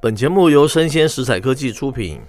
本节目由生鲜食材科技出品，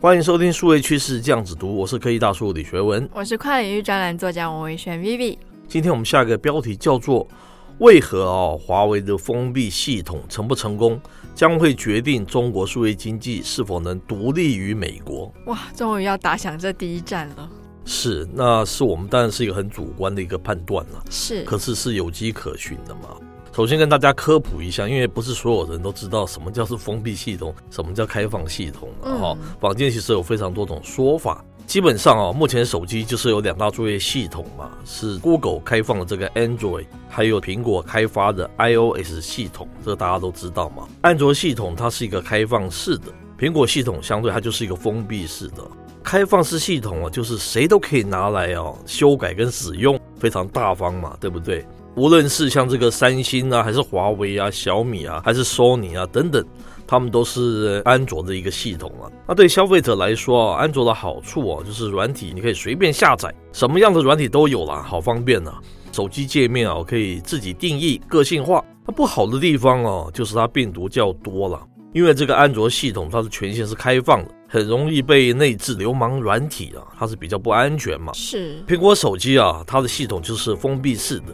欢迎收听数位趋势这样子读，我是科技大叔李学文。我是跨领域专栏作家王维轩 Vivi。今天我们下一个标题叫做“为何啊华为的封闭系统成不成功，将会决定中国数位经济是否能独立于美国哇，终于要打响这第一战了。”。是，那是我们当然是一个很主观的一个判断了，是，可是是有迹可循的嘛。首先跟大家科普一下，因为不是所有人都知道什么叫是封闭系统，什么叫开放系统嗯哈、坊间其实有非常多种说法。基本上啊，目前手机就是有两大作业系统嘛，是 Google 开放的这个 Android，还有苹果开发的 iOS 系统，这个大家都知道嘛。安卓系统它是一个开放式的，苹果系统相对它就是一个封闭式的。开放式系统啊，就是谁都可以拿来哦、修改跟使用，非常大方嘛，对不对？无论是像这个三星啊，还是华为啊、小米啊，还是 Sony 啊等等，他们都是安卓的一个系统啊。那对消费者来说啊，安卓的好处哦、就是软体你可以随便下载，什么样的软体都有啦，好方便呐、啊手机界面啊，可以自己定义、个性化。它不好的地方哦、就是它病毒较多了。因为这个安卓系统它的权限是开放的，很容易被内置流氓软体啊，它是比较不安全嘛。是，苹果手机啊，它的系统就是封闭式的，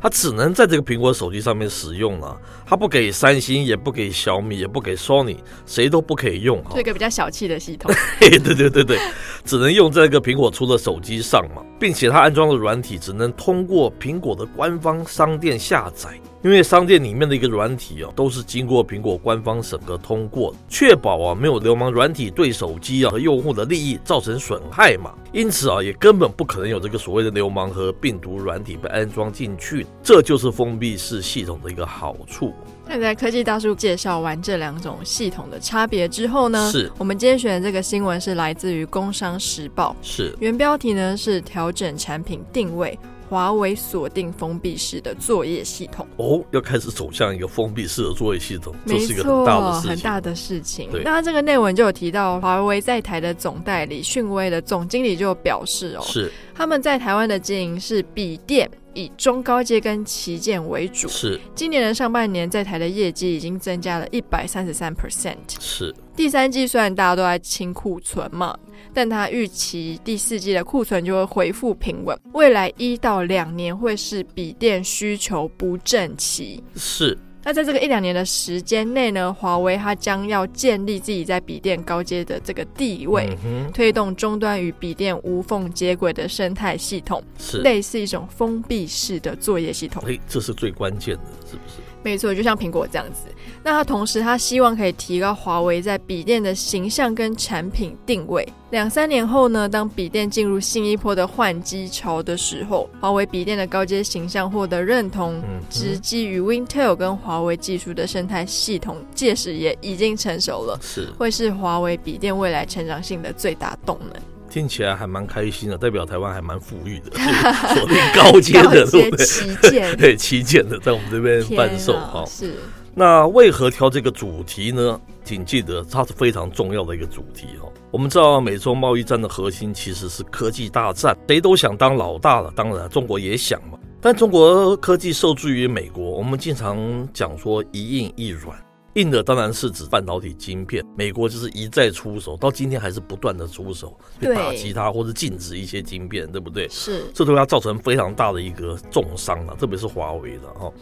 它只能在这个苹果手机上面使用了、它不给三星，也不给小米，也不给 Sony，谁都不可以用啊。是一个比较小气 的系统。嘿，对对对对，只能用这个苹果出的手机上嘛，并且它安装的软体只能通过苹果的官方商店下载，因为商店里面的一个软体哦，都是经过苹果官方审核通过的，确保啊没有流氓软体对手机啊和用户的利益造成损害嘛，因此啊也根本不可能有这个所谓的流氓和病毒软体被安装进去，这就是封闭式系统的一个好处。那在科技大叔介绍完这两种系统的差别之后呢，是我们今天选的这个新闻是来自于《工商时报》，是原标题呢是调整产品定位。华为锁定封闭式的作业系统，哦，要开始走向一个封闭式的作业系统，这没是一个错，很大的事很情。大的事情对那这个内文就有提到，华为在台的总代理讯威的总经理就表示哦，是他们在台湾的经营是笔电，以中高阶跟旗舰为主。是今年的上半年，在台的业绩已经增加了一百三十三 percent。是第三季虽然大家都在清库存嘛，但他预期第四季的库存就会恢复平稳，未来一到两年会是笔电需求不振期。是那在这个一两年的时间内呢，华为它将要建立自己在笔电高阶的这个地位，嗯哼，推动终端与笔电无缝接轨的生态系统。是类似一种封闭式的作业系统。哎，这是最关键的，是不是？没错，就像苹果这样子。那它同时，它希望可以提高华为在笔电的形象跟产品定位。两三年后呢，当笔电进入新一波的换机潮的时候，华为笔电的高阶形象获得认同。嗯哼，只基于 Wintel 跟华为技术的生态系统，届时也已经成熟了，是会是华为笔电未来成长性的最大动能。听起来还蛮开心的，代表台湾还蛮富裕的，锁定高阶的，高对阶不对？旗舰，对，旗舰的在我们这边天 贩售哦啊哈、是那为何挑这个主题呢？请记得，它是非常重要的一个主题哦。我们知道，美中贸易战的核心其实是科技大战，谁都想当老大了。当然，啊中国也想嘛。但中国科技受制于美国，我们经常讲说一硬一软。硬的当然是指半导体晶片，美国就是一再出手，到今天还是不断的出手去对打击它，或者禁止一些晶片，对不对？是，。这对它造成非常大的一个重伤了、特别是华为的哈、哦。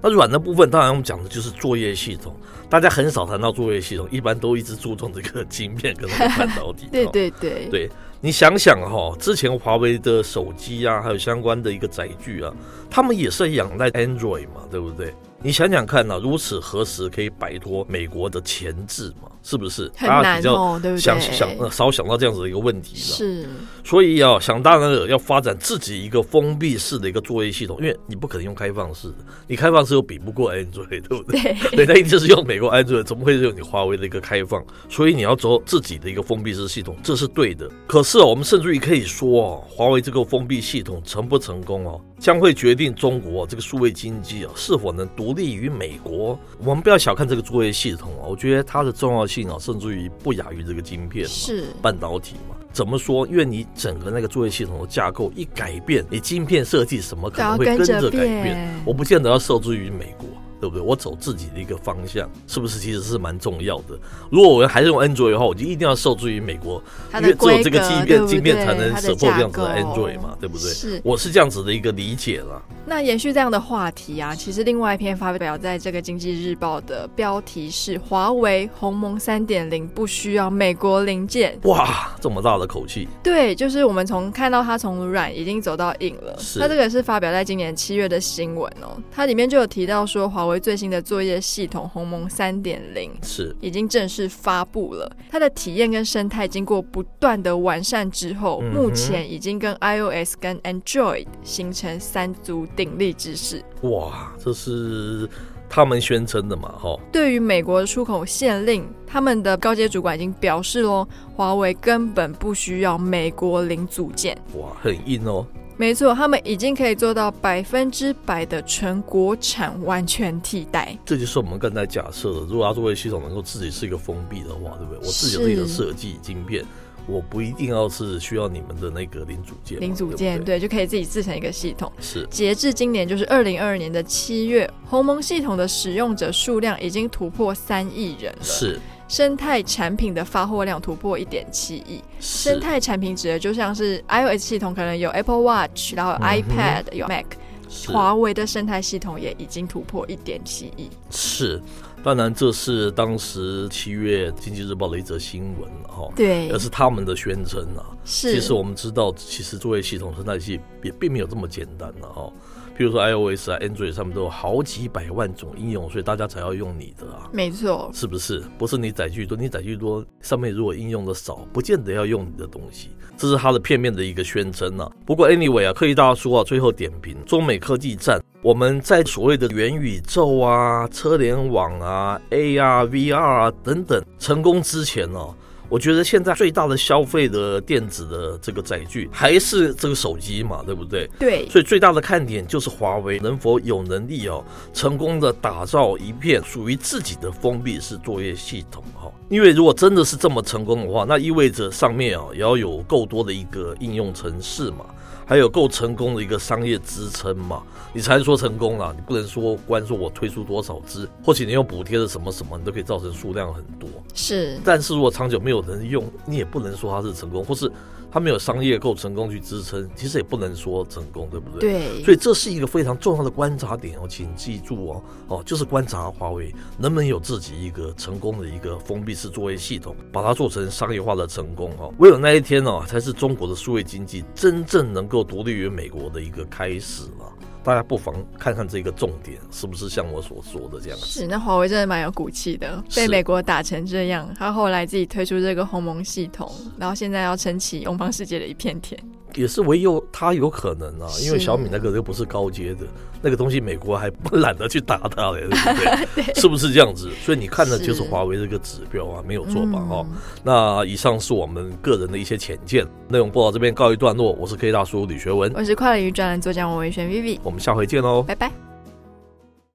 那软的部分，当然我们讲的就是作业系统，大家很少谈到作业系统，一般都一直注重这个晶片跟那个半导体 对哦对对，对你想想哈、之前华为的手机啊，还有相关的一个载具啊，他们也是仰赖 Android 嘛，对不对？你想想看呐、如此何时可以摆脱美国的钳制嘛？是不是？很大家难比较哦，对不对？想想、呃少想到这样子的一个问题了。是所以啊，想当然了，要发展自己一个封闭式的一个作业系统，因为你不可能用开放式的，你开放式又比不过 Android，对不对？对，人家一定是用美国 Android，怎么会用你华为的一个开放？所以你要走自己的一个封闭式系统，这是对的。可是、啊、我们甚至于可以说啊，华为这个封闭系统成不成功哦、将会决定中国、这个数位经济啊是否能独立于美国。我们不要小看这个作业系统啊，我觉得它的重要性啊，甚至于不亚于这个晶片。是半导体嘛。怎么说？因为你整个那个作业系统的架构一改变，你晶片设计什么可都要能会啊跟跟着着改变变。我不见得要受制于美国，对不对？我走自己的一个方向，是不是其实是蛮重要的？如果我还是用 Android 的话，我就一定要受制于美国，它因的为只有规这格个晶对片不晶片才对能它的 support 这架样子的构 Android 嘛，对不对？是。我是这样子的一个理解啦。那延续这样的话题啊，其实另外一篇发表在这个《经济日报》的标题是“华为鸿蒙三点零不需要美国零件哇，这么大的口气，”。对，就是我们从看到它从软已经走到硬了。是那这个是发表在今年七月的新闻哦，它里面就有提到说，华为最新的作业系统鸿蒙三点零。是已经正式发布了。它的体验跟生态经过不断的完善之后，嗯哼目前已经跟 iOS 跟 Android 形成三足鼎立之势。哇，这是他们宣称的嘛，哈、对于美国出口限令，他们的高阶主管已经表示喽，华为根本不需要美国零组件。哇，很硬哦。没错，他们已经可以做到百分之百的全国产完全替代。这就是我们刚才假设的，如果它作为系统能够自己是一个封闭的话，对不对？我自己有自己的是设计晶片，我不一定要是需要你们的那个零组件嘛，零组件对不对，就可以自己制成一个系统。对是截至今年就是二零二二年的七月，鸿蒙系统的使用者数量已经突破三亿人了，是生态产品的发货量突破一点七亿。生是态产品指的就像是 iOS 系统可能有 Apple Watch，然后有嗯哼 iPad、有 Mac，是华为的生态系统也已经突破一点七亿。是，当然这是当时七月《经济日报》的一则新闻哈、哦，对而，是他们的宣称啊。是其实我们知道，其实作业系统生态系也并没有这么简单的、哦。譬如说 iOS 啊、Android 上面都有好几百万种应用，所以大家才要用你的啊，没错，是不是？不是你载具多，你载具多，上面如果应用的少，不见得要用你的东西。这是它的片面的一个宣称啊。不过 anyway 啊，科技大叔啊，最后点评中美科技战，我们在所谓的元宇宙啊、车联网啊、AR、VR 啊等等成功之前哦、我觉得现在最大的消费的电子的这个载具还是这个手机嘛，对不对？对，所以最大的看点就是华为能否有能力哦，成功的打造一片属于自己的封闭式作业系统哦。因为如果真的是这么成功的话，那意味着上面哦也要有够多的一个应用程式嘛，还有够成功的一个商业支撑嘛，你才能说成功啦。你不能说光说我推出多少只，或许你用补贴的什么什么，你都可以造成数量很多。是但是如果长久没有人用，你也不能说它是成功，或是它没有商业够成功去支撑，其实也不能说成功，对不对？对，所以这是一个非常重要的观察点哦，请记住哦，哦，就是观察华为能不能有自己一个成功的一个封闭式作业系统，把它做成商业化的成功哦。唯有那一天哦，才是中国的数位经济真正能够独立于美国的一个开始啊！大家不妨看看这个重点是不是像我所说的这样子。是，那华为真的蛮有骨气的，被是美国打成这样，他后来自己推出这个鸿蒙系统，然后现在要撑起东方世界的一片天。也是唯有它有可能啊，是因为小米那个又不是高阶的，那个东西美国还不懒得去打它嘞，对不对？是不是这样子？所以你看的就是是华为这个指标啊，没有错吧？嗯哦，那以上是我们个人的一些浅见，内容播到这边告一段落，我是 K 大叔李学文，我是跨领域专栏作家王维轩 Vivi，我们下回见喽，哦拜拜。